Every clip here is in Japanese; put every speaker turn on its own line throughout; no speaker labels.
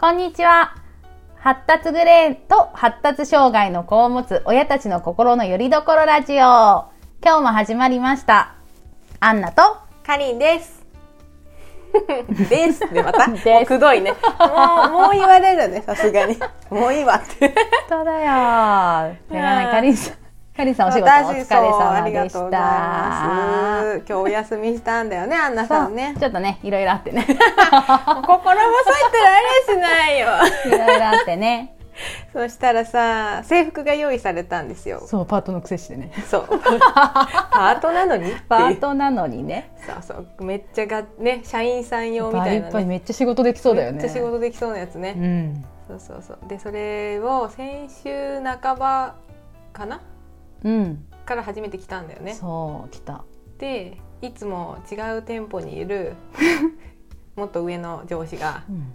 こんにちは。発達グレーと発達障害の子を持つ親たちの心の拠り所ラジオ。今日も始まりました。アンナと
かりんです。ですでまた
です
もうくどいねもうもう言われるねさすがにもういいわって
本当だよ。ね
うん
かりんさん、かりんさんお仕事お疲れ
私そうあり
様
が
でし
とうござい
た。
ます今日お休みしたんだよねアンナ
そ
さ
うん
ね
ちょっとね、いろいろあってね。
心細いってられし ないよ
いろいろあってね。
そしたらさ制服が用意されたんですよ
そう、パートのくせしてね。
そうパートなのにっていう
パートなのにね。
そうそうめっちゃがね社員さん用み
バ
た
リ
い
バ
な、
リ
ね、
めっちゃ仕事できそうだよね。
めっちゃ仕事できそうなやつね、
うん。
そうそうそうでそれを先週半ばかな
うん。
から初めて来たんだよね
そう、来た。
でいつも違う店舗にい るもっと上の上司が
うん。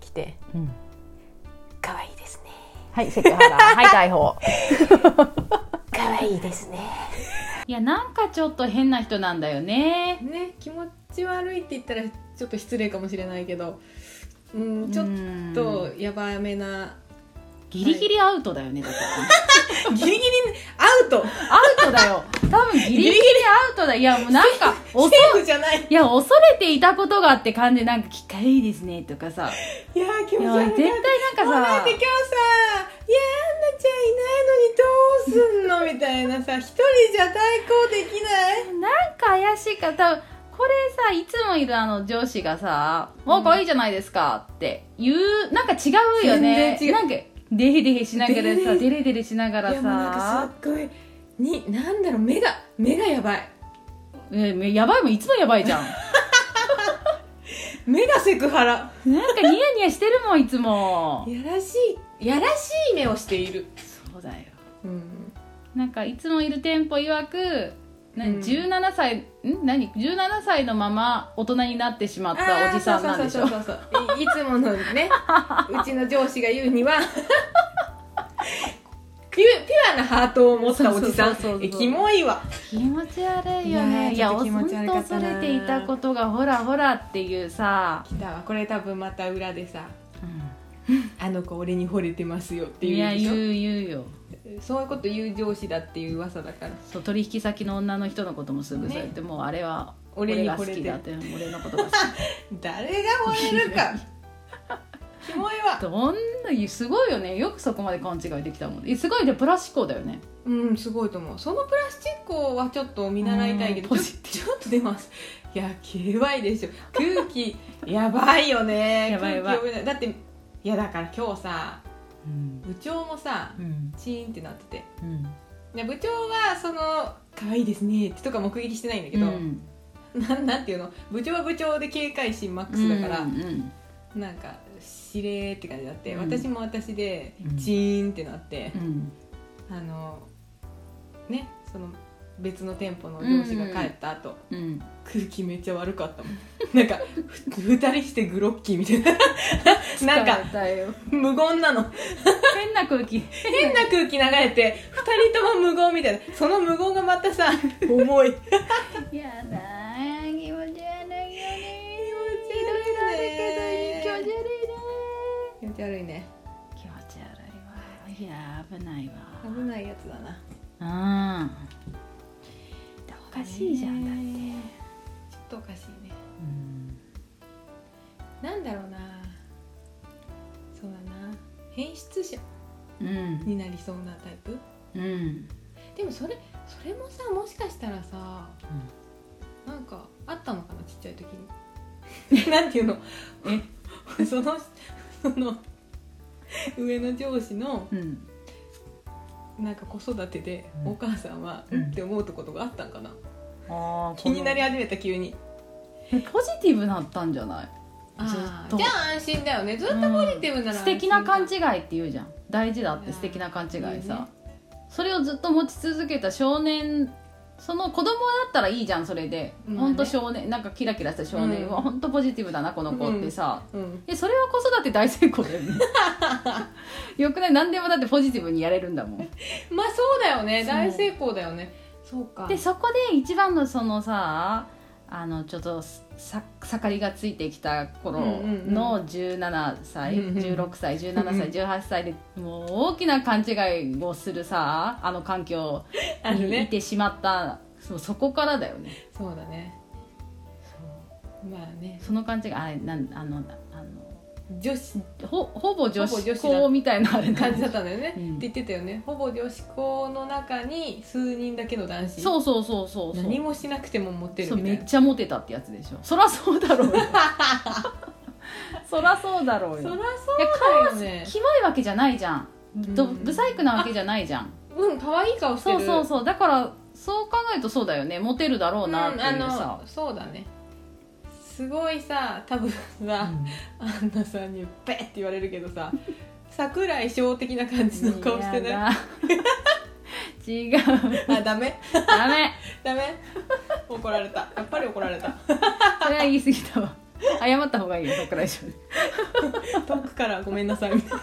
来て
うん。
「可愛いですね
はい、セクハラ。 はい、逮捕。
可愛いですね
いや、なんかちょっと変な人なんだよ」ね。
ね気持ち悪いって言ったらちょっと失礼かもしれないけどうんちょっとやばめな
ギリギリアウトだよね、だから。
ギリギリアウト
アウトだよ。多分ギリギリアウトだ。いや、もうなん か、おそ
セーフじゃない
いや、恐れていたことがあって感じで、なんか、きっかいいですね、とかさ。
いやー気
い
持ち
や、
悪
絶
い
対
もうだ
なん
っ
か
て
さ
今日、さ「いやアンナちゃんいないのにどうすんの?」みたいなさ一人じゃ対抗できない
なんか怪しいから、多分これさ、いつもいるあの上司がさ、もう可愛いじゃないですかって言う、なんか違うよね
全。然違う
なんか、デヘデヘしながら
デヘ
さ、
デ
デレデレしながら
いやもうなんか
さ、
すっごいになんだろう目が目がやばい
えやばいもん、いつもやばいじ ゃん。
目がセクハラ
なんかニヤニヤしてるもん、いつも。
やらしいやらしい目をしている
そうだよ。
うん
なんかいつもいる店舗曰くな
うん
17歳ん何17歳のまま大人になってしまったおじさんなんでしょ
あーそうそうそうそうそういいつも のねうちの上司が言うにはピュピュアなハートを持ったおじさん
そうそうそうそう
えキモいわ
気持ち悪いよねい
い
や
やーちょっと
本
気持ち悪
当
かった
恐
な
れていたことがほらほらっていうさ、
来たわこれ多分また裏でさ
う
あの子俺に惚れてますよって
ん、い
い
や
うでし
言
ょ
う言うよ
そういうこと言う上司だっていう噂だから
そう取引先の女の人のこともすぐそうやって、もうあれは俺が好きだって俺のことが好き
誰が惚れるか キモいわ
どんなすごいよねよくそこまで勘違いできたもんえすごいでプラス思考だよね
うんすごいと思うそのプラスチックはちょっと見習いたいけど
う
ち
ん
ょちょっと出ますいややばいでしょ空気やばいよ ね
やばいやばい
空気読めないだっていやだから今日さ
うん
部長もさ
うん
チーンってなってて
うん
いや部長はその「可愛いですね」ってとか目撃してないんだけど、
うん
なんなんていうの部長は部長で警戒心マックスだから、
うんうん
なんかしれーって感じになって、
うん
私も私で
うん
チーンってなって
う、ん
あのねその別の店舗の上司が帰った後、
うん、
空気めっちゃ悪かったもん なんかふ2人してグロッキーみた いななんか無言なの
変な空気
変な空気流れて2人とも無言みたいなその無言がまたさ 重い気持ち
やだー気持ち悪いよねいろいろあ
悪
る
い
けど気
ね
持ち悪いね
気
気持
持ち悪いね
ち悪いわいや危ないわ
危ないやつだな
うんおかしいじゃんだって、
ねちょっとおかしいね
うん
なんだろうなそうだな変質者
うん
になりそうなタイプ
うん
でもそれそれもさもしかしたらさ、なんかあったのかなちっちゃい時に なんていうのえ そのその上の上司の
うん
なんか子育てで、
うん
お母さんは、
う
うんん、って思うとことがあったんかな、
あー
気になり始めた急に
このポジティブだったんじゃないずっ
あ
と
ーじゃあ安心だよねずっとポジティブなら安心だ、
素敵な勘違いって言うじゃん大事だって素敵な勘違い
いや
さそれをずっと持ち続けた少年その子供だったらいいじゃんそれで
まあね
本当少年なんかキラキラした少年
うん
は本当ポジティブだなこの子ってさ、
うん
えそれは子育て大成功だよ ねよくない何でもだってポジティブにやれるんだもん
まあそうだよね
そう
大成功だよねそうか
でそこで一番のそのさあのちょっとさ盛りがついてきた頃
うんうんう
の17歳、
うんうん
16歳17歳18歳でもう大きな勘違いをするさあの環境
ある
にい
ね
てしまったそうそこからだよね
そうだねまあね
その勘違いあれなんあのあの
女子
ほほぼ女
ほぼ女
子
子だ
校みたいなあれな
感じだ
ん
ったんだよね、
うん
って言ってたよねほぼ女子校の中に数人だけの男子
そうそうそうそうそう
何もしなくても持って
そ
る
う
みた
め
い
っ
な
ちゃモテたってやつでしょそらそうだろうよ そらそうだろうよ
そりゃ
いや
そうだよね
キモいわけじゃないじゃんど
うん
ブサイクなわけじゃないじゃん
うん可愛い顔して
そう
る
そうそうだからそう考えるとそうだよねモテるだろうなっていうさ
あ、のそうだねすごいさ多分さ、アンナさんにベッって言われるけどさ桜井翔的な感じの顔して
や
ない
だ 違う
あダメ
ダメ
ダメ怒られたやっぱり怒られ た
それは言い過ぎたわ謝った方がいいよ桜井翔
遠くからごめんなさいみたい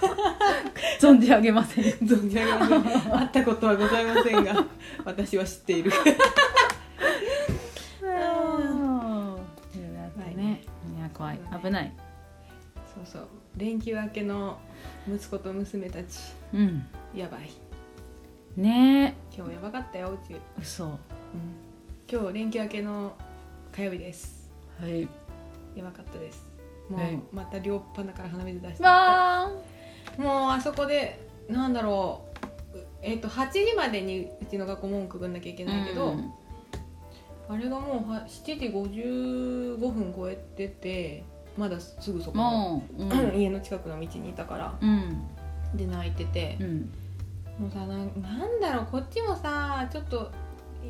存じ上げません
な存じ上げません会ったことはございませんが私は知っているい
ねいや怖い危ない
そうそう連休明けの息子と娘たち
うん
やばい
ね
今日やばかったようち、うん、
え嘘は
今日連休明けの火曜日です
い
やばかったですもう
はい
また両鼻から鼻水出してきた
わ
もうあそこでなんだろううえっ、と8時までにうちの学校門くぐんなきゃいけ
ー
ないけど、あれがもうは7時55分超えててまだすぐそこの、
もうう
家の近くの道にいたから
うん
で泣いてて
う、ん
もうさなんなんだろうこっちもさちょっと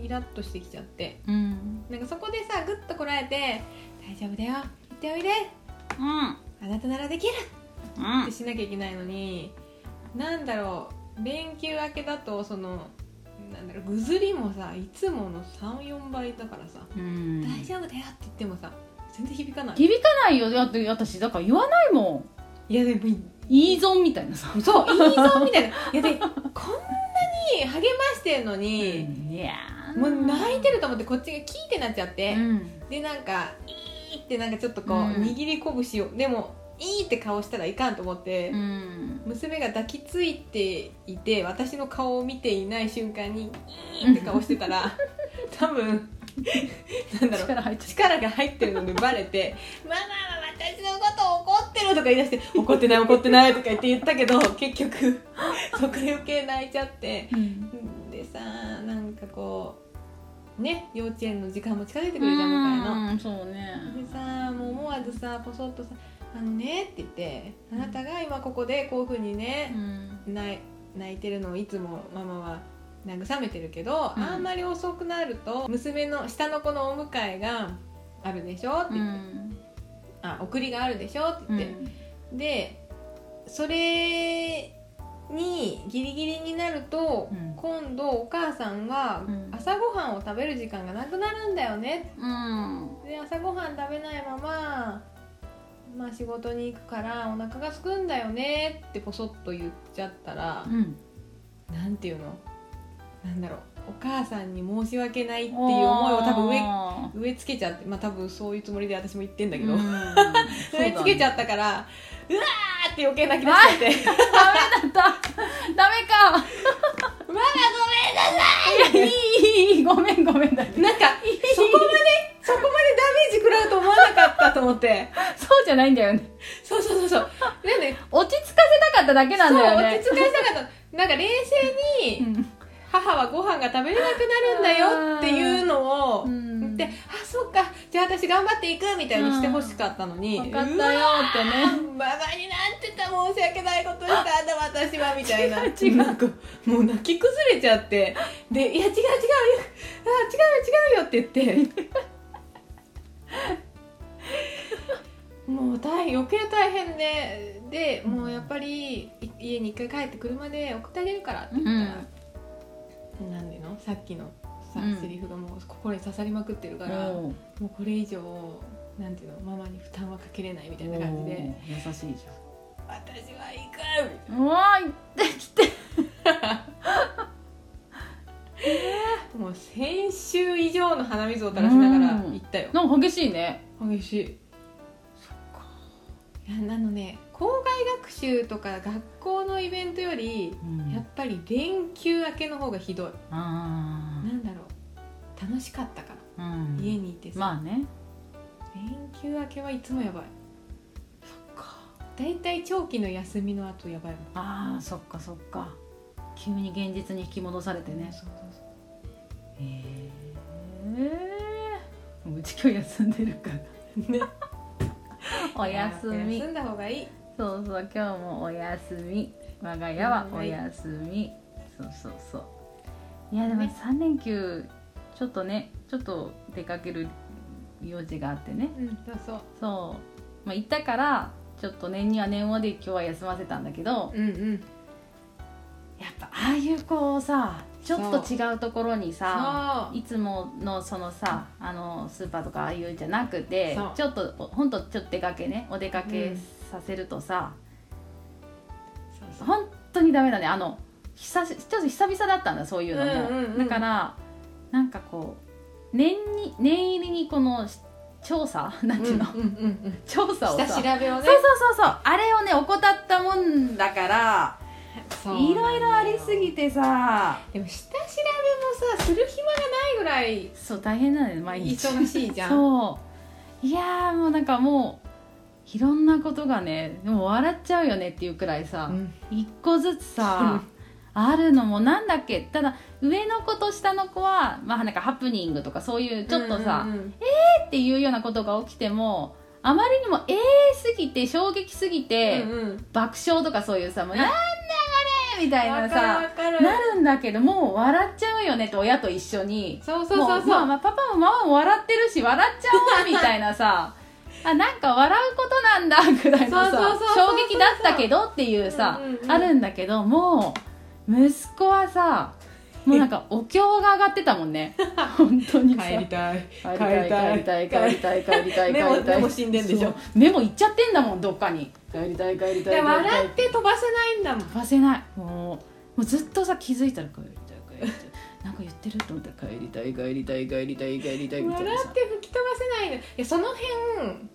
イラッとしてきちゃって
うん
なんかそこでさグッとこらえて「大丈夫だよ行っておいで
うん
あなたならできる!」
うん
ってしなきゃいけないのになんだろう連休明けだとそのなんだろうぐずりもさいつもの34倍だからさ
う
「
ん
大丈夫だよ」って言ってもさ全然響かない
響かないよだって私だから言わないも
いやでもい
んいいぞみたいなさ
そういいぞみたいないやでこんなに励ましてんのに、
いやー
もう泣いてると思ってこっちがキーってなっちゃって、
うん
でなんか「いい」ってなんかちょっとこう、
うん
握り拳をでも「いい」って顔したらいかんと思って、
うん
娘が抱きついていて私の顔を見ていない瞬間に「いい」って顔してた ら多分なんだろう
力入っち
力が入ってるのでバレて「ママは私のこと怒ってる」とか言い出して「怒ってない怒ってない」とか言って言ったけど結局 そこで余計泣いちゃって
ゃううん
でさなんかこうね幼稚園の時間も近づいてくるじゃんみたいな。
うんそうね
でさもう思わずさポソッとさ「あのね」って言って「あなたが今ここでこういうふうに
う
ね、
ん
泣い泣いてるのをいつもママは慰めてるけど、
うん
あんまり遅くなると娘の下の子のお迎えがあるでしょ」っ
う
て言って
ん
「あ送りがあるでしょ」って
う
言
ん
って、でそれにギリギリになると、
うん
今度お母さんが
うん
朝ごはんを食べる時間がなくなるんだよねって
うん
で朝ごはん食べないまま、まあ、仕事に行くからお腹がすくんだよねってポソッと言っちゃったら、
うん
なんていうのなんだろうお母さんに申し訳ないっていう思いを多分植え
あ
植え付けちゃってまあ多分そういうつもりで私も言ってんだ
ー
けど、
うん
植え付けちゃったからうわーって余計泣き出しちゃって
そうだねダメだったダメか
「ママご
いや
めんなさい!」
いいいいいいごめんごめんだって
なんかそこまでそこまでダメージ食らうと思わなかったと思って
そうじゃないんだよね
そうそうそうそうなんで
落ち着かせたかっただけなんだよね
そう落ち着かせたかったなんか冷静に母はご飯が食べれなくなるんだよっていうのを
う
言
ん
って、あそっかじゃあ私頑張っていくみたいにしてほしかったのに、
分かったよって
うわ
ね
ママになんてた申し訳ないことしたんだ私はみたいな
違う違う
なんかもう泣き崩れちゃってで「いや違う違うよあ違うよ違うよ」って言 ってもう大変余計大変ででもうやっぱりい家に一回帰って車で送ってあげるからって言ったら、なんでのさっきのさ、
うん
セリフがもう心に刺さりまくってるから、も
お
うこれ以上なんていうのママに負担はかけれないみたいな感じで。
ー優しいじ
私は行くみ
ゃんうわー行ってきて
もう先週以上の鼻水を垂らしながら
うん
行ったよ、
なんか激しいね
激しいそっかいやなのね校外学習とか学校のイベントよりやっぱり連休明けの方がひどい、
あ
なんだろう楽しかったから、
あうん
家にいてさ、
まあね
連休明けはいつもやばいそっかだいたい長期の休みの後やばいもん
ああそっかそっか急に現実に引き戻されてね
そうそうそう
へえうち今日休んでるからねお休
いや
み
休んだ方がいい
そうそう今日もお休み我が家は
うん
お
はい
休みそうそうそういやでも
ね
3連休ちょっとねちょっと出かける用事があってね
うんそうそう
そう、まあ、行ったからちょっと年には年をで今日は休ませたんだけど、
うんうん
やっぱああいうこうさちょっと違うところにさ
そう
いつものそのさあのスーパーとかああいうんじゃなくて
そう
ちょっとおほんとちょっと出かけねお出か
う
け
ん
させるとさ、
そうそう
本当にダメだねあの久しちょっと久々だったんだそういうのも、
うんうんうん
だからなんかこう年に念入りにこのし調査 なんていうの、
うんうんうんうん
調査をさ
下調べを
そう
ね
そうそうそうあれをね怠ったもんだから
そうなんだよ
いろいろありすぎてさ
でも下調べもさする暇がないぐらい
そう大変なんだよ毎日
忙しいじゃん
そういやーもうなんかもういろんなことがねでも笑っちゃうよねっていうくらいさ、
うん
一個ずつ さあるのもなんだっけただ上の子と下の子はまあなんかハプニングとかそういうちょっとさ、
うん
え
うんうん
っていうようなことが起きてもあまりにもええすぎて衝撃すぎて、
うんうん
爆笑とかそういうさもうなんだあれみたいな
わかるわ
さ
かる
なるんだけどもう笑っちゃうよねと親と一緒に
そうそうそう
もまあ
そう
まあパパもママも笑ってるし笑っちゃおうみたいな さあなんか笑うことなんだぐらいのさ
そうそうそうそう
衝撃だったけどっていうさ、
うんうんうん
あるんだけどもう息子はさもうなんかお経が上がってたもん ね本当にさ
帰りたい
帰りたい帰りたい帰りたい帰りたい帰りたい
メモメモ死んでんでしょ
そうメモいっちゃってんだもんどっかに帰りたい帰りたい帰りた
で
い
笑って飛ばせないんだもん
飛ばせないもうもうずっとさ気づいたら帰りたい帰りたいなんか言ってると思ったら帰りたい帰りたい帰りたい帰りたいみたいな
笑
さ
って吹き飛ばせないのいやその辺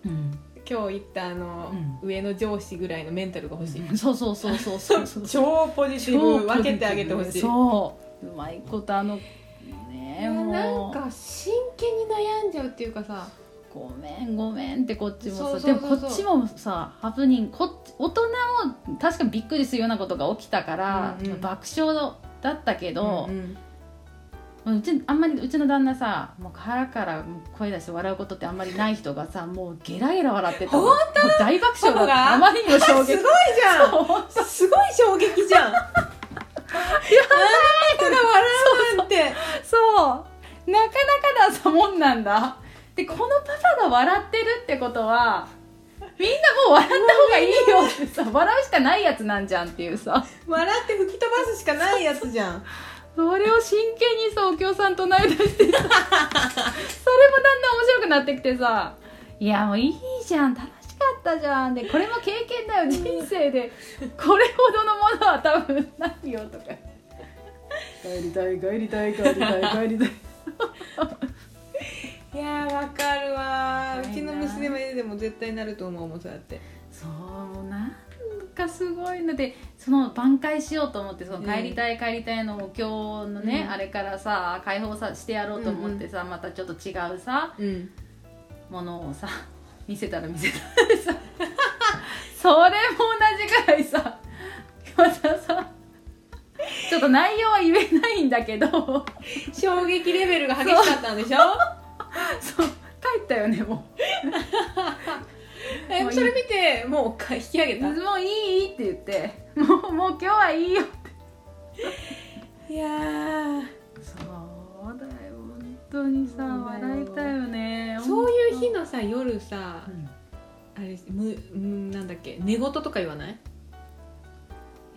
うん
今日言ったあの、上の上司ぐらいのメンタルが欲しい、
そうそうそうそうそうそう
超ポジティブ分けてあげてほしい
そううまいことあのね
いや
もう
なんか真剣に悩んじゃうっていうかさ
ごめんごめんってこっちもさ
そうそうそうそう
でもこっちもさハプニングこっち大人を確かにびっくりするようなことが起きたから、
うんうん
爆笑だったけど、
うんうん
もううちあんまりうちの旦那さもう腹から声出して笑うことってあんまりない人がさもうゲラゲラ笑ってたの
本
もう大爆笑だ
そう
った
だ
あまりにも
す
衝
ご いじ
撃
ゃんすごい衝撃じゃん。やばい人が笑うなんて。
そうなかなかださもんなんだでこのパパが笑ってるってことはみんなもう笑った方がいいよってさ笑うしかないやつなんじゃんっていうさ
笑って吹き飛ばすしかないやつじゃん。
それを真剣にさお経さん唱え出してさそれもだんだん面白くなってきてさいやもういいじゃん楽しかったじゃんでこれも経験だよ人生でこれほどのものは多分 ないよとか帰りたい帰りたい帰り たい帰りたい
いやーわかるわ
ないな
ー。うちの娘も家でも絶対なると思うもんそうやって。
そうもうなんかすごいのでその挽回しようと思ってその帰りたい帰りたいのお経のね、
うん
あれからさ解放さしてやろうと思ってさ、またちょっと違うさ、
うん。
ものをさ 見せたら見せたらさ それも同じくらいさまたさちょっと内容は言えないんだけど そう
衝撃レベルが激しかったんでし
帰
ょ
ったよねも
えそれ見て、もう引き上げ
う
た。
もういいって言ってもうもう今日はいいよ
いやー。
そうだよ本当にさ笑いたいよね
そういう日のさ、夜さ
う、ん
あれ、む、うんなんだっけ、寝言とか言わない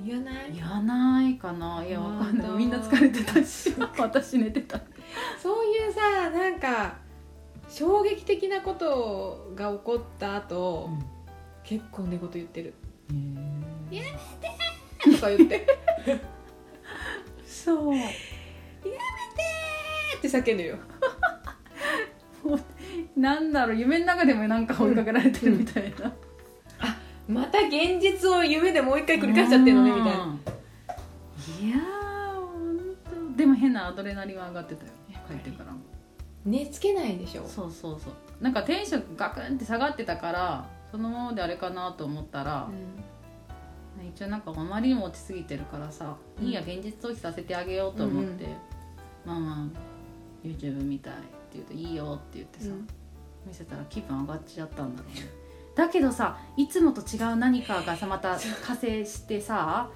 言わない
言わないかないやわかんない
うん
みんな疲れてた し私寝てた
そういうさなんか衝撃的なことが起こった後、結構寝言言ってる とか言って
そう
やめてって叫んでるよ
なんだろう夢の中でもなんか追いかけられてるみたいな、
また現実を夢でもう一回繰り返しちゃってるのねみたいない
やー本当でも変なアドレナリンは上がってたよね帰ってからも
寝つけないでしょ
そうそうそうなんかテンションガクンって下がってたからそのままであれかなと思ったら
う、ん
一応なんかあまりにも落ちすぎてるからさ、
うん
いいや現実逃避させてあげようと思って、
うん
まあまあ YouTube 見たいって言うと「いいよ」って言ってさ、
うん
見せたら気分上がっちゃったんだろうねだけどさいつもと違う何かがさまた加勢してさ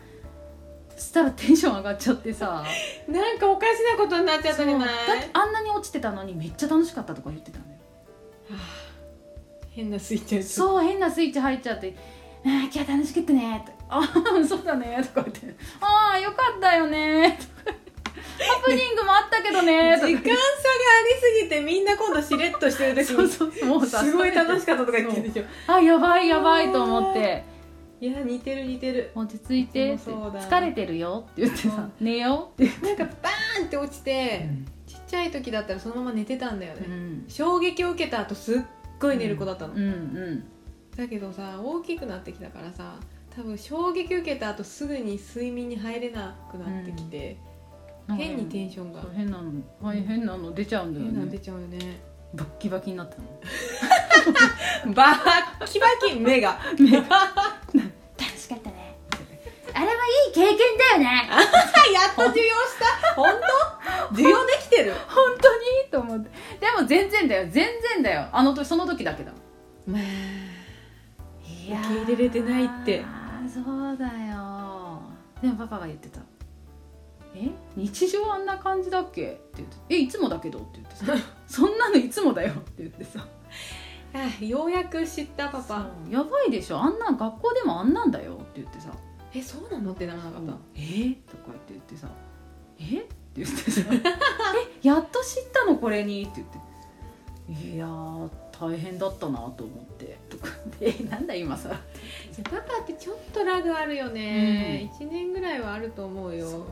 したらテンション上がっちゃってさ
なんかおかしなことになっちゃったじゃない
そうだってあんなに落ちてたのにめっちゃ楽しかったとか言ってたんだよ
変なスイッチです
そう変なスイッチ入っちゃって「あー今日楽しかったね」とか「ああそうだね」とか言って「ああよかったよね」とか「ハプニングもあったけどね」と
時間
か
差がありすぎてみんな今度しれっとしてる時
そう
に
そうもうさ
すごい楽しかったとか言ってるでしょ
あやばいやばいと思って
いや似てる似てる
「落ち着いて」って「
そうそうだ
疲れてるよ」って言って
そ
さ
う
「寝よう」って
なんかバーンって落ちて、
言って
ちっちゃい時だったらそのまま寝てたんだよね、
うん
衝撃を受けた後すっごい寝る子だったの、
うんうん
だけどさ大きくなってきたからさ多分衝撃受けた後すぐに睡眠に入れなくなってきて、
なんか
変にテンションが
そう変なのはい変なの出ちゃうんだよ
変なの
ね
出ちゃうよね
バッキバキになったの
バッキバキ目が目がや
楽しかったね あれはいい経験だよね
っと受容した本当受容できてる
本当にと思ってでも全然だよ全然だよあの時その時だけだ
まあ
い
やー受け入れれてないって
そうだよでもパパが言ってた「え日常あんな感じだっけ?」って言って「えいつもだけど」って言ってさ 「そんなのいつもだよ」って言ってさ
あようやく知ったパパ
「やばいでしょあんなん学校でもあんなんだよ」って言ってさ
えそうなのってならなかった、
えーとか言って言ってさ「えっ?」て言って さ「えやっと知ったのこれに」って言って「いやー大変だったなと思って」とか「えなんだ今さ
いやパパってちょっとラグあるよね、一1年ぐらいはあると思うよう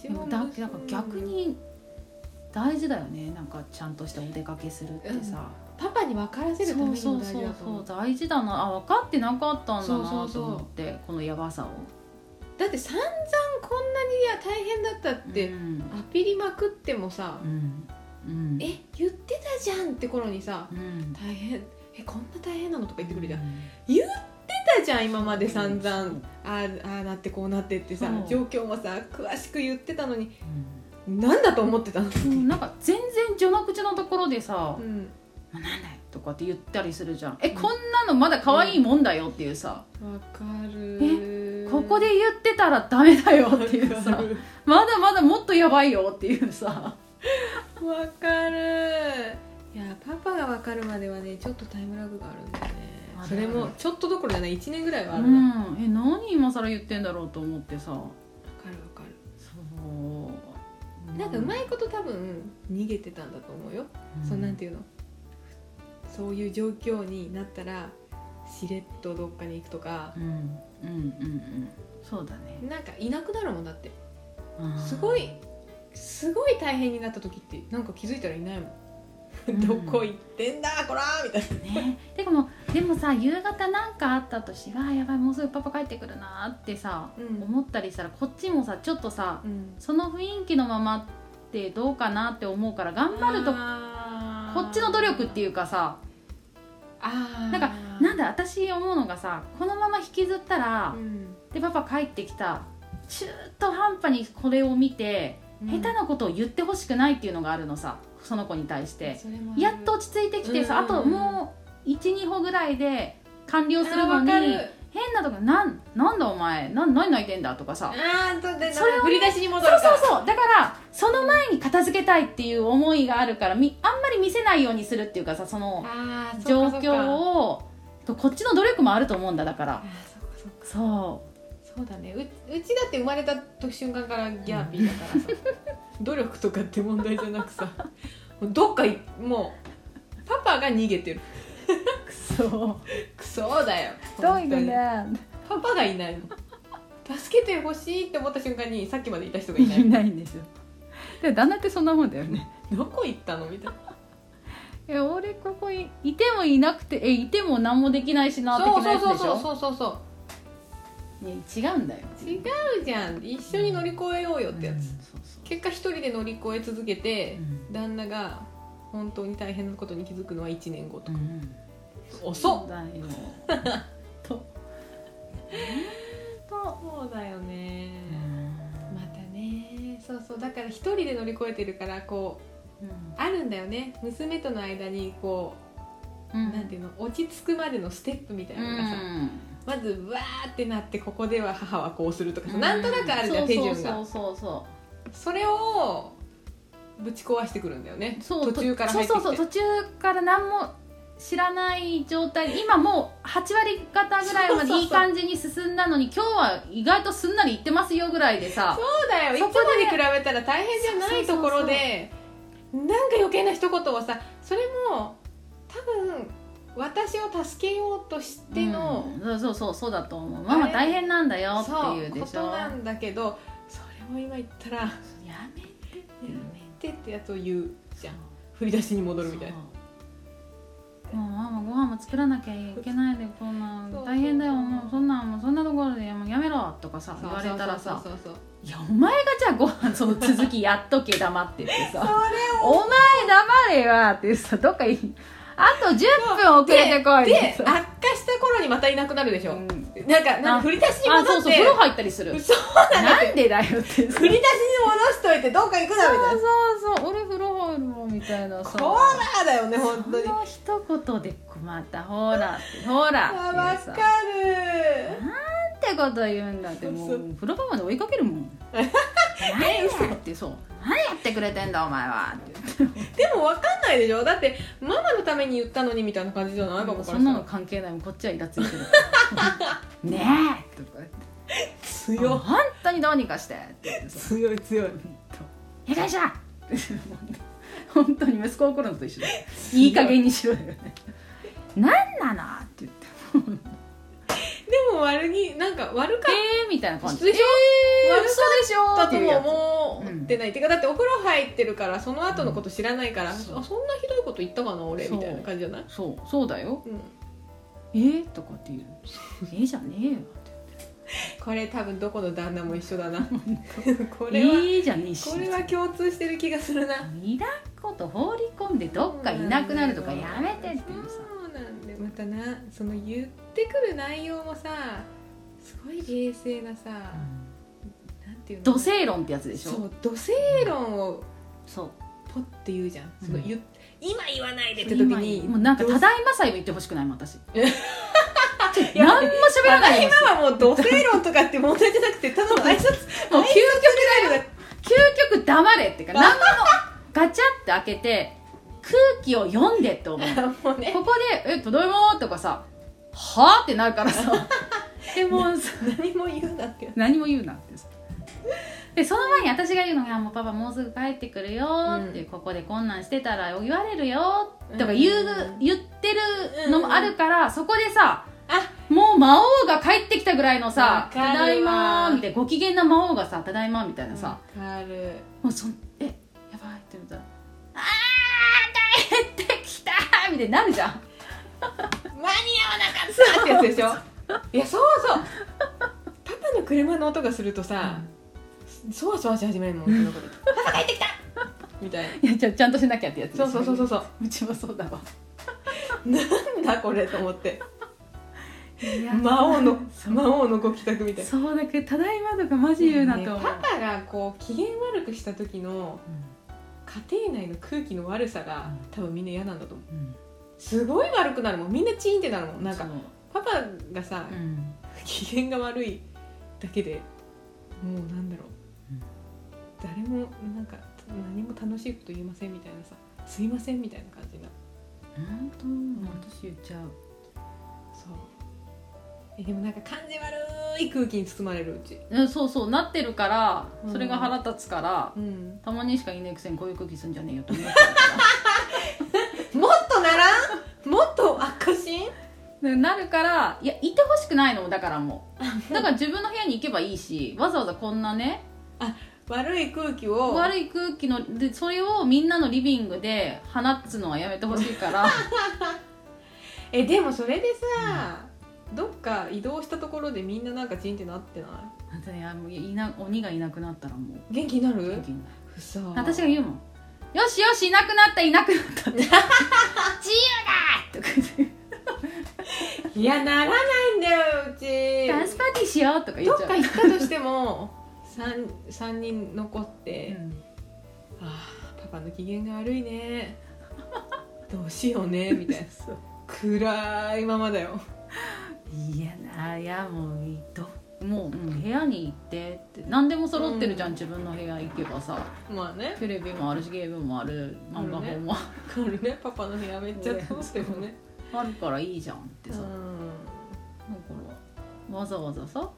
ち
で
も
もだってなんか逆に大事だよねなんかちゃんとしてお出かけするってさ、
パパに分からせるため
そう
に
そう
も大事
そ
だ
う
と思う
そう大事だなあ分かってなかったんだ
そう
な
そう
と
そう
思ってこのやばさを。
だって散々こんなにいや大変だったって、
うん
アピりまくってもさ
う、んうん、
え言ってたじゃんって頃にさ
うん
大変えこんな大変なのとか言ってくるじゃん、
う
言ってたじゃん今まで散々、
そう
あーあーなってこうなってってさ
そう
状況もさ詳しく言ってたのに
うん
なんだと思ってたの、
うんなんか全然序の口のところでさ
う
「
ん、
まあなんだよ」とかって言ったりするじゃん「えこんなのまだ可愛いもんだよ」っていうさ
わかる
「ここで言ってたらダメだよ」ってい
わ
う
か
さ
る
「まだまだもっとやばいよ」っていうさ
わかるいやパパがわかるまではねちょっとタイムラグがあるんだよね
ある
それもちょっとどころじゃない1年ぐらいうはあるなわ、か
んえ何今更言ってんだろうと思ってさ
るわかる
そう
なんかうまいこと多分逃げてたんだと思うよ、そうなんていうのそういう状況になったらしれっとどっかに行くとか
うんうんうんうんそうだね
なんかいなくなるもんだって
うん
すごいすごい大変になった時ってなんか気づいたらいないもん どこ行ってんだこらーみたいな
ねてかもうでもさ夕方なんかあったとしはやばいもうすぐパパ帰ってくるなーってさ、
うん
思ったりしたらこっちもさちょっとさ
うん
その雰囲気のままってどうかなって思うから頑張ると
あ
こ
ー
っちの努力っていうかさ
あー
なんかなんだ私思うのがさこのまま引きずったら
う、ん
でパパ帰ってきた中途半端にこれを見て、
うん
下手なことを言ってほしくないっていうのがあるのさその子に対して。
それもある
やっと落ち着いてきてさ、
うんうんうん
あともう12歩ぐらいで完
あ
了
ー
するの
わ
に
かる
変なとこなんなんだお前なん何泣いてんだとかさ
あーとで
それをね
振り出しに戻
そ
るか
うそうそうだからその前に片付けたいっていう思いがあるからみあんまり見せないようにするっていうかさその
あー
状
そうかそうか
況をとこっちの努力もあると思うんだだか
あ
ら
ーそうかそうか
そ
そうだねううちだって生まれた時瞬間からギャーピーだからさ努力とかって問題じゃなく さもうどっかいもうパパが逃げてる
うくそ
クソだよ
だ
本当にパパがいないの助 けてほしいって思った瞬間にさっきまでいた人がいない
いないんですよで旦那ってそんなもんだよね
どこ行ったのみたいな
え俺ここいいてもいなくてえいても何もできないしな
そう
的な
そ
や
う
つでしょ
そうそうそうそう
いや違うんだよ
違うじゃん一緒に乗り越えようよってやつ、
うんそうそう
結果一人で乗り越え続けて、
うん
旦那が本当に大変なことに気づくのは1年後と
う
か、
ん
遅っ
だよとほんと
そうだよね、またねそうそうだから一人で乗り越えてるからこう
うん
あるんだよね娘との間にこう、なんていうの落ち着くまでのステップみたいなのがさ、まずわーってなってここでは母はこうするとかさ、なんとなくあるじゃん、手順が
そうそうそ
それをぶち壊してくるんだよね
うそうそう
途中から入ってき
そ
て
うそうそう途中から何も知らない状態で今もう8割方ぐらいまでいい感じに進んだのに今日は意外とすんなりいってますよぐらいでさ
そうだよいつ
そ
も
こで
に比べたら大変じゃないところでなんか余計な一言をさそれも多分私を助けようとしての、
うんそうそうそうそうだと思うママ大変なんだよって
そう
いうで
こ
しょ
となんだけどそれを今言ったら「や
やめ
めて」ってやつを言うじゃん振り出しに戻るみたいな
そうもうママご飯も作らなきゃいけないでこんな
そうそう
大変だよもうそんなんもうそんなところでもうやめろとかさ言われたらさ
そうそうそう
「いやお前がじゃあご飯その続きやっとけ黙って」って
そう
さ「
そ
お前黙れよ」ってさどっかいいあと10分遅れてこい
れをで
ってさ
悪化した頃にまたいなくなるでしょ、
うん
なんかなん
あ
か振り出しに戻
あ
って
そうそう風呂入ったりする
そう
なんでだよってさ
振り出しに戻しといてどっか行くなみたいな
そうそう俺風呂入るわみたいなさ
コーラだよね本当に
その一言で困ったほらってほら
あ
っ
わ
てさ
かる
なんてこと言うんだっても
そうう
風呂場まで追いかけるも ん何やってそう何やってくれてんだお前はって
でもわかんないでしょだってママのために言ったのにみたいな感じじゃないパパか
そ
ら
ん
した
な
ら
の関係ないもんこっちはイラついてる からねえとか言って
強
本当にどうにかしてって言ってさ
強い強い
「被害者!」って 本当に息子怒るのと一緒だよいい加減にしろよね何なのって言って
でも悪気なんか
「
悪かっ
えー」みたいな感じ
でしょ
えー
悪かっ
嘘でしょ
た
っ
と
ていうやつ
も思ってない、っていうかだってお風呂入ってるからその後のこと知らないから、
うん
あそんなひどいこと言ったかな俺
そう
みたいな感じじゃない
そうそうだよ
うん、
「えー?」とかって言う「えーじゃねえよ」
これ多分どこの旦那も一緒だ なこ
こ
れは、
えーじゃねえし
これは共通してる気がするない
らんこと放り込んでどっかいなくなるとかやめてっていうさ
そうなんでまたなその言ってくる内容もさすごい冷静なさ、なんていうの
土星論ってやつでし
そ
ょ
う土星論を
そう
ポッて言うじゃん、その
うん
言っ今言わないでって時
今
に
もうなんか「
ど
ただいまさえ」も言ってほしくないもん 私
いや
何も喋らないもん
今はもう土星論とかって問題じゃな くてただの挨拶
もう究
ぐらい
究極黙れっていうか何もガチャって開けて空気を読んでって思う
だもうね
ここで「えただいま」とかさ「はあ?」ってなるから さでもさ
何も言うなって
何も言うなってさでその前に私が言うのが「もうパパもうすぐ帰ってくるよ」って、
うん
ここで困難してたら言われるよ」とか言う、
うん
言ってるのもあるから、そこでさ
あ
もう魔王が帰ってきたぐらいのさ
わ
「
かるわ
ただいま」みたいなご機嫌な魔王がさ「ただいま」みたいなさ、
かる
もうそん「えやばい」って言ったら「あー帰ってきた!」みたいになるじゃん
間に合わなかったってやつでしょ いやそうそうパパの車の音がするとさ、そわそわし始めるもんその子でパパ帰ってきたみたいない
やちゃちゃんとしなきゃってやつでし
そ
ょ
うそうそうそうそう
うちもそうだわ
なんだこれと思って魔王の魔王のご帰宅みたいな
そうだけど「ただいま」とかマジ言うなと思う、
ねパパがこう機嫌悪くした時の家庭内の空気の悪さが多分みんな嫌なんだと思
う
う
ん
すごい悪くなるもんみんなチーンってなるもんなんか
そう
パパがさ、
うん
機嫌が悪いだけでもうなんだろう、
うん
誰もなんか何も楽しいこと言えませんみたいなさすいませんみたいな感じな
本当もう私言っちゃう
そうえでもなんか感じ悪い空気に包まれるうち
うんそうそうなってるから
うん
それが腹立つから、
うん
たまにしかいないくせにこういう空気すんじゃねえよと思っちゃうから
もっとならんもっと悪化しん
でなるからいやいてほしくないのだからもうだから自分の部屋に行けばいいしわざわざこんなね
悪い空気を
悪
い
い空気のでそれをみんなのリビングで放つのはやめてほしいから
えでもそれでさ、どっか移動したところでみんななんかチンってなってない
あんたねあのいな鬼がいなくなったらもう
元気になる
元気になる
うそ
私が言うもん「よしよしいなくなったいなくな った」自由だ!」とか言って
いやならないんだようち
ダンスパーティーしようとか言
ど
っ
っ
ちゃう
か行ったとして も 3, 三人残って、
うん
あーパパの機嫌が悪いねどうしようねみた いな暗いままだよ
いやないやもういいともう、うん部屋に行ってって何でも揃ってるじゃん、
うん
自分の部屋行けばさ
まあね
テレビもあるしゲームもある漫画本も
これねパパの部屋めっちゃ楽しいもんね
あるからいいじゃんって
う
さ、だか
ん
らわざわざさ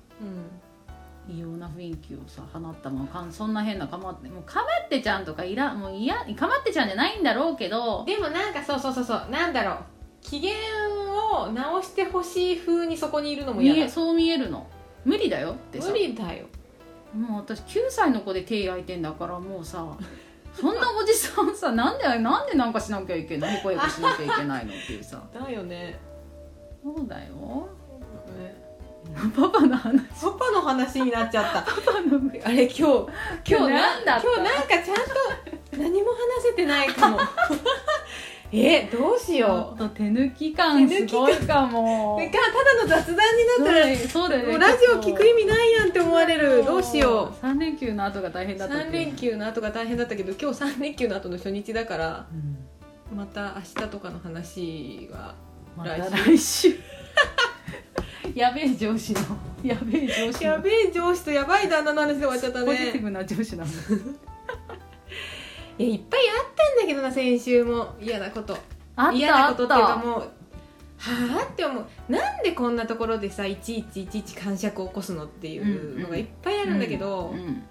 異様な雰囲気をさ放ったもんかんそんな変なかまってもうかまってちゃんとかいらもういやかまってちゃんじゃないんだろうけ
う
ど
んでもなんかそうそうそうそうなんだろう機嫌を直してほしい風にそこにいるのも
見
嫌
え
だ
そう見えるの無理だよってさ
無理だよ
もう私9歳の子で手焼いてんだからもうさそんなおじさんさ なんでなんでなんかしなきゃいけないへこへこしなきゃいけないのっていうさ
だよね
そうだよ
ね
パパの話
パパの話になっちゃった
パパの上
あれ今日今日
なんだった
今日なんかちゃんと何も話せてないか もえどうし
ちょ
よ
っと手抜き感すごいか
う
も
てかただの雑談になったら
そうだよ
も
ね
うラジオ聞く意味ないやんって思われるどうしよ
3連休の後が大
う
変だったってい
3
う
連休の後が大変だったけど今日3連休の後の初日だから
うん
また明日とかの話は
また来週 やべえ上司のやべえ上司
や
の
べえ上司とやばい旦那の話で終わっちゃった
ポジティ
ね
ブな上司なの
いやいっぱいあったんだけどな先週も嫌なこと
あっ
嫌な
たあ
こと
っ
っていうか
た
もうはあって思うなんでこんなところでさいちいちいちいち感触を起こすのっていうのがいっぱいあるんだけ
う
ど、
ん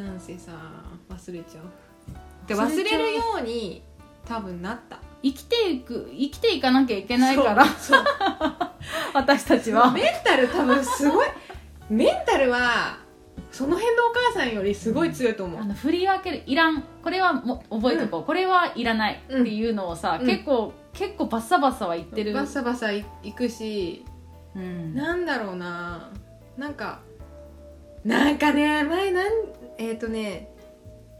なんせさ忘れちゃうで
忘
忘
れちゃう
れるように多分なった
生きていく生きていかなきゃいけないから
そう
私たちは
メンタル多分すごいメンタルはその辺のお母さんよりすごい強いと思う
あ、の振り分けるいらんこれはもう覚えとこう、これはいらないっていうのをさ、
うん
結構結構バッサバサは言ってる、
バサバサいいくし
うん、
なんだろうななんかなんかね前なんえっ、とね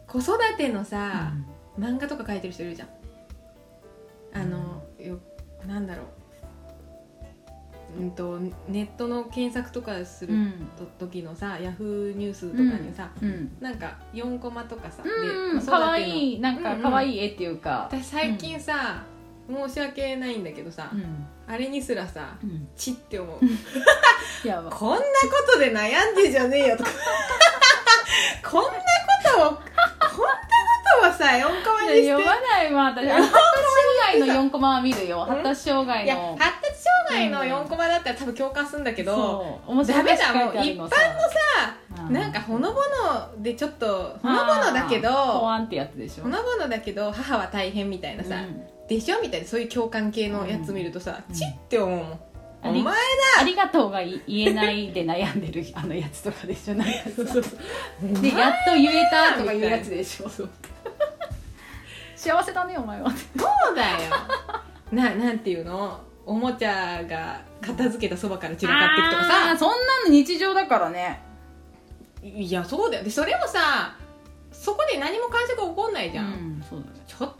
子育てのさ、漫画とか書いてる人いるじゃんあの、よなんだろううんとネットの検索とかす
う
る
ん
と、時のさヤフーニュースとかにさ、
うん
なんか4コマとかさ、
うん、
子育ての
可愛いなん
う
か
んうん
可愛い絵っていうか、
私最近さ、申し訳ないんだけどさ、
うん
あれにすらさ
うん、
「ち」って思う
いやば
こんなことで悩んでんじゃねえよとか こんなことをこんなことをさ4コマにして
読まないわ私発達障害の4コマは見るよ
ん
発達障害
いや
の
発達障害の4コマだったら多分共感するんだけど、
そう面白い話書いてあるのさ
さ
う
なんかほのぼのでちょっとほのぼのだけど
あーポ
ほ
ワンってやつでしょ
のぼのだけど母は大変みたいなさ、
うん
でしょみたいなそういう共感系のやつ見るとさ、
うん
チッって思うもん、
あ
お
り
前
ありがとうがい言えないで悩んでる あのやつとかでしょなんかさ で
で
やっと言えたとか
みたい
いう
な
やつでしょ 幸せだねお前は
そうだよ ななんていうのおもちゃが片付けたそばから散らかっていくとかさ
あーそんなの日常だからね
いやそうだよでそれもさそこで何も感触起こんないじゃん、
うんそうだね
ちょっ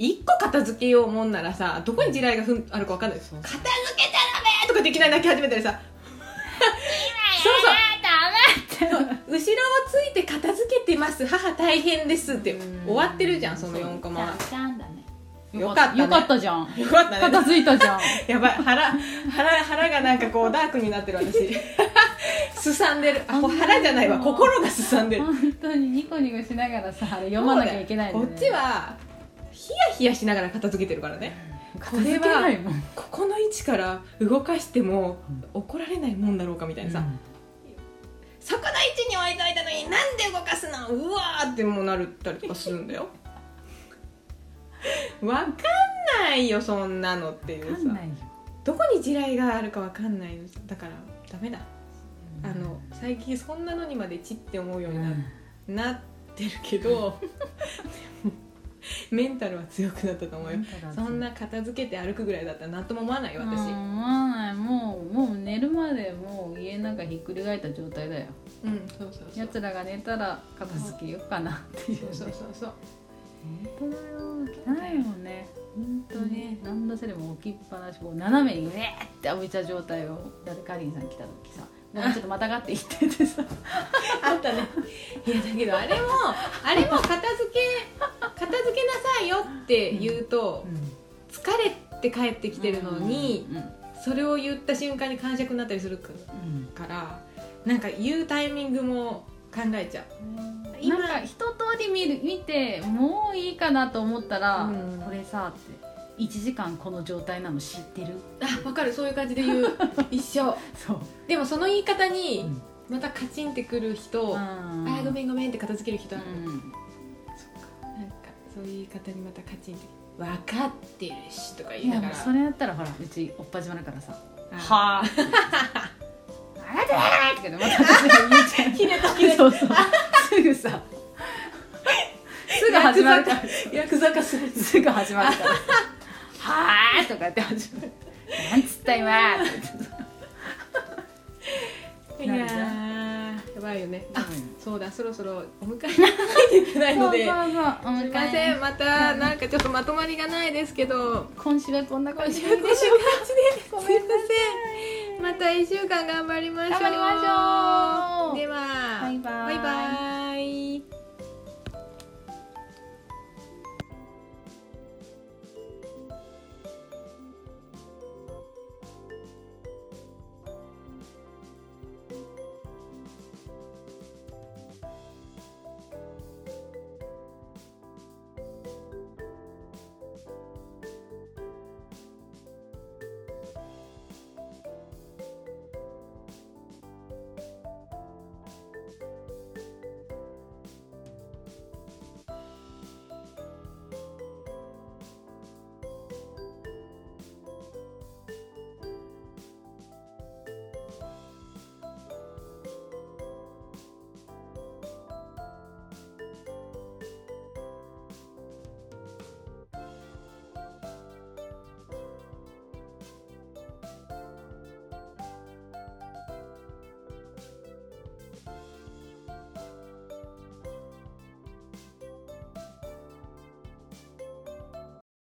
一個片付けようもんならさどこに地雷がふんあるか分かんないです
そう
片
そ
付けちゃダメとかできない泣き始めたりさそうそう後ろをついて片付けてます母大変ですって終わってるじゃんその4コマ
そ
は
うだったんだね
よかったね
よかったじゃん
よかったね
片付いたじゃん
やばい腹腹腹がなんかこうダークになってる私 すさんでるあこ腹じゃないわ心がすさ んでる
本当にニコニコしながらさあれ読まなきゃいけないの
こ
ね
っちはヒヤヒヤしながら片付けてるからね
片付けないもん
ここの位置から動かしても怒られないもんだろうかみたいなさ、そこの位置に置いといたのになんで動かすのうわーってもうなるったりとかするんだよ わかんないよそんなのっていう
分か
さ
んないよ
どこに地雷があるかわかんないのだからダメだあの最近そんなのにまでチって思うようになっなってるけどメンタルは強くなったと思うよそんな片付けて歩くぐらいだったら何とも思わないよ私
うん思わないもうもう寝るまでもう家なんかひっくり返った状態だよ
うんそうそうそう
やつらが寝たら片付けようかなっていう
そうそうそうそう
本当だよ汚いもんね本当
ね
に何だせでも置きっぱなしこう斜めにうねーって置いた状態をだってカリンさん来た時さもうちょっとまたがって行ってて さ
あったねいやだけどあれもあれも片付け片付けなさいよって言うと疲れて帰ってきてるのに
うんうん
それを言った瞬間に感触になったりするからなんか言うタイミングも考えちゃう
な
今
んか一通り見る見てもういいかなと思ったら、
うん
これさって1時間この状態なの知ってる
あ分かるそういう感じ で言う一緒
そう、
でもその言い方
う
に
ん
またカチンってくる人、あーごめんごめんって片付ける人ある、
うん
なんかそういう言い方にまたカチンって分かってるしとか言い
い
な
や
が
もう
ら
それやったらほらうちおっぱじまだからさ
あー
はあ。 あなただーってまた私が言っちゃう。
ひねたひねた
そうそう。すぐさ。すぐ始まるから。
ヤクザ化する
すぐ始まるから。はあとかやって始まる。なんつった今って言ってさ
いやーやばいよねあそうだそろそろお迎えに行かないといけない
そ
の
うそう
で
そう。お
すいませ
迎え。
んまたなんかちょっとまとまりがないですけど
今週はこんな感
今
じ
週
で
はこんな感じです
ごめんなさい
すいませんまた一週間頑張りましょう
頑張りましょう
では
バイバイ
バイバイ